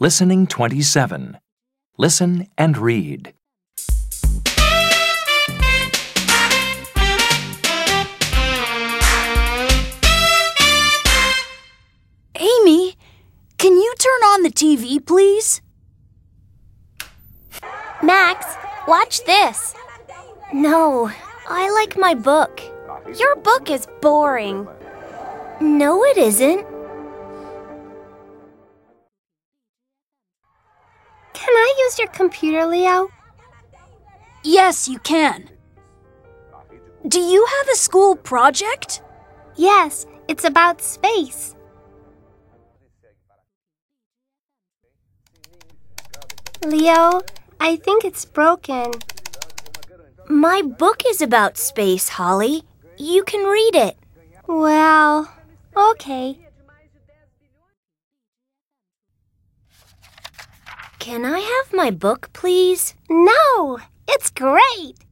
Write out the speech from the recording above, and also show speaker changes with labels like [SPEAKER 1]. [SPEAKER 1] Listening 27. Listen and read.
[SPEAKER 2] Amy, can you turn on the TV, please?
[SPEAKER 3] Max, watch this. No, I like my book. Your book is boring. No, it isn't. Can I use your computer, Leo?
[SPEAKER 2] Yes, you can. Do you have a school project?
[SPEAKER 3] Yes, it's about space. Leo, I think it's broken.
[SPEAKER 2] My book is about space, Holly. You can read it.
[SPEAKER 3] Well, okay.
[SPEAKER 2] Can I have my book, please?
[SPEAKER 3] No, it's great.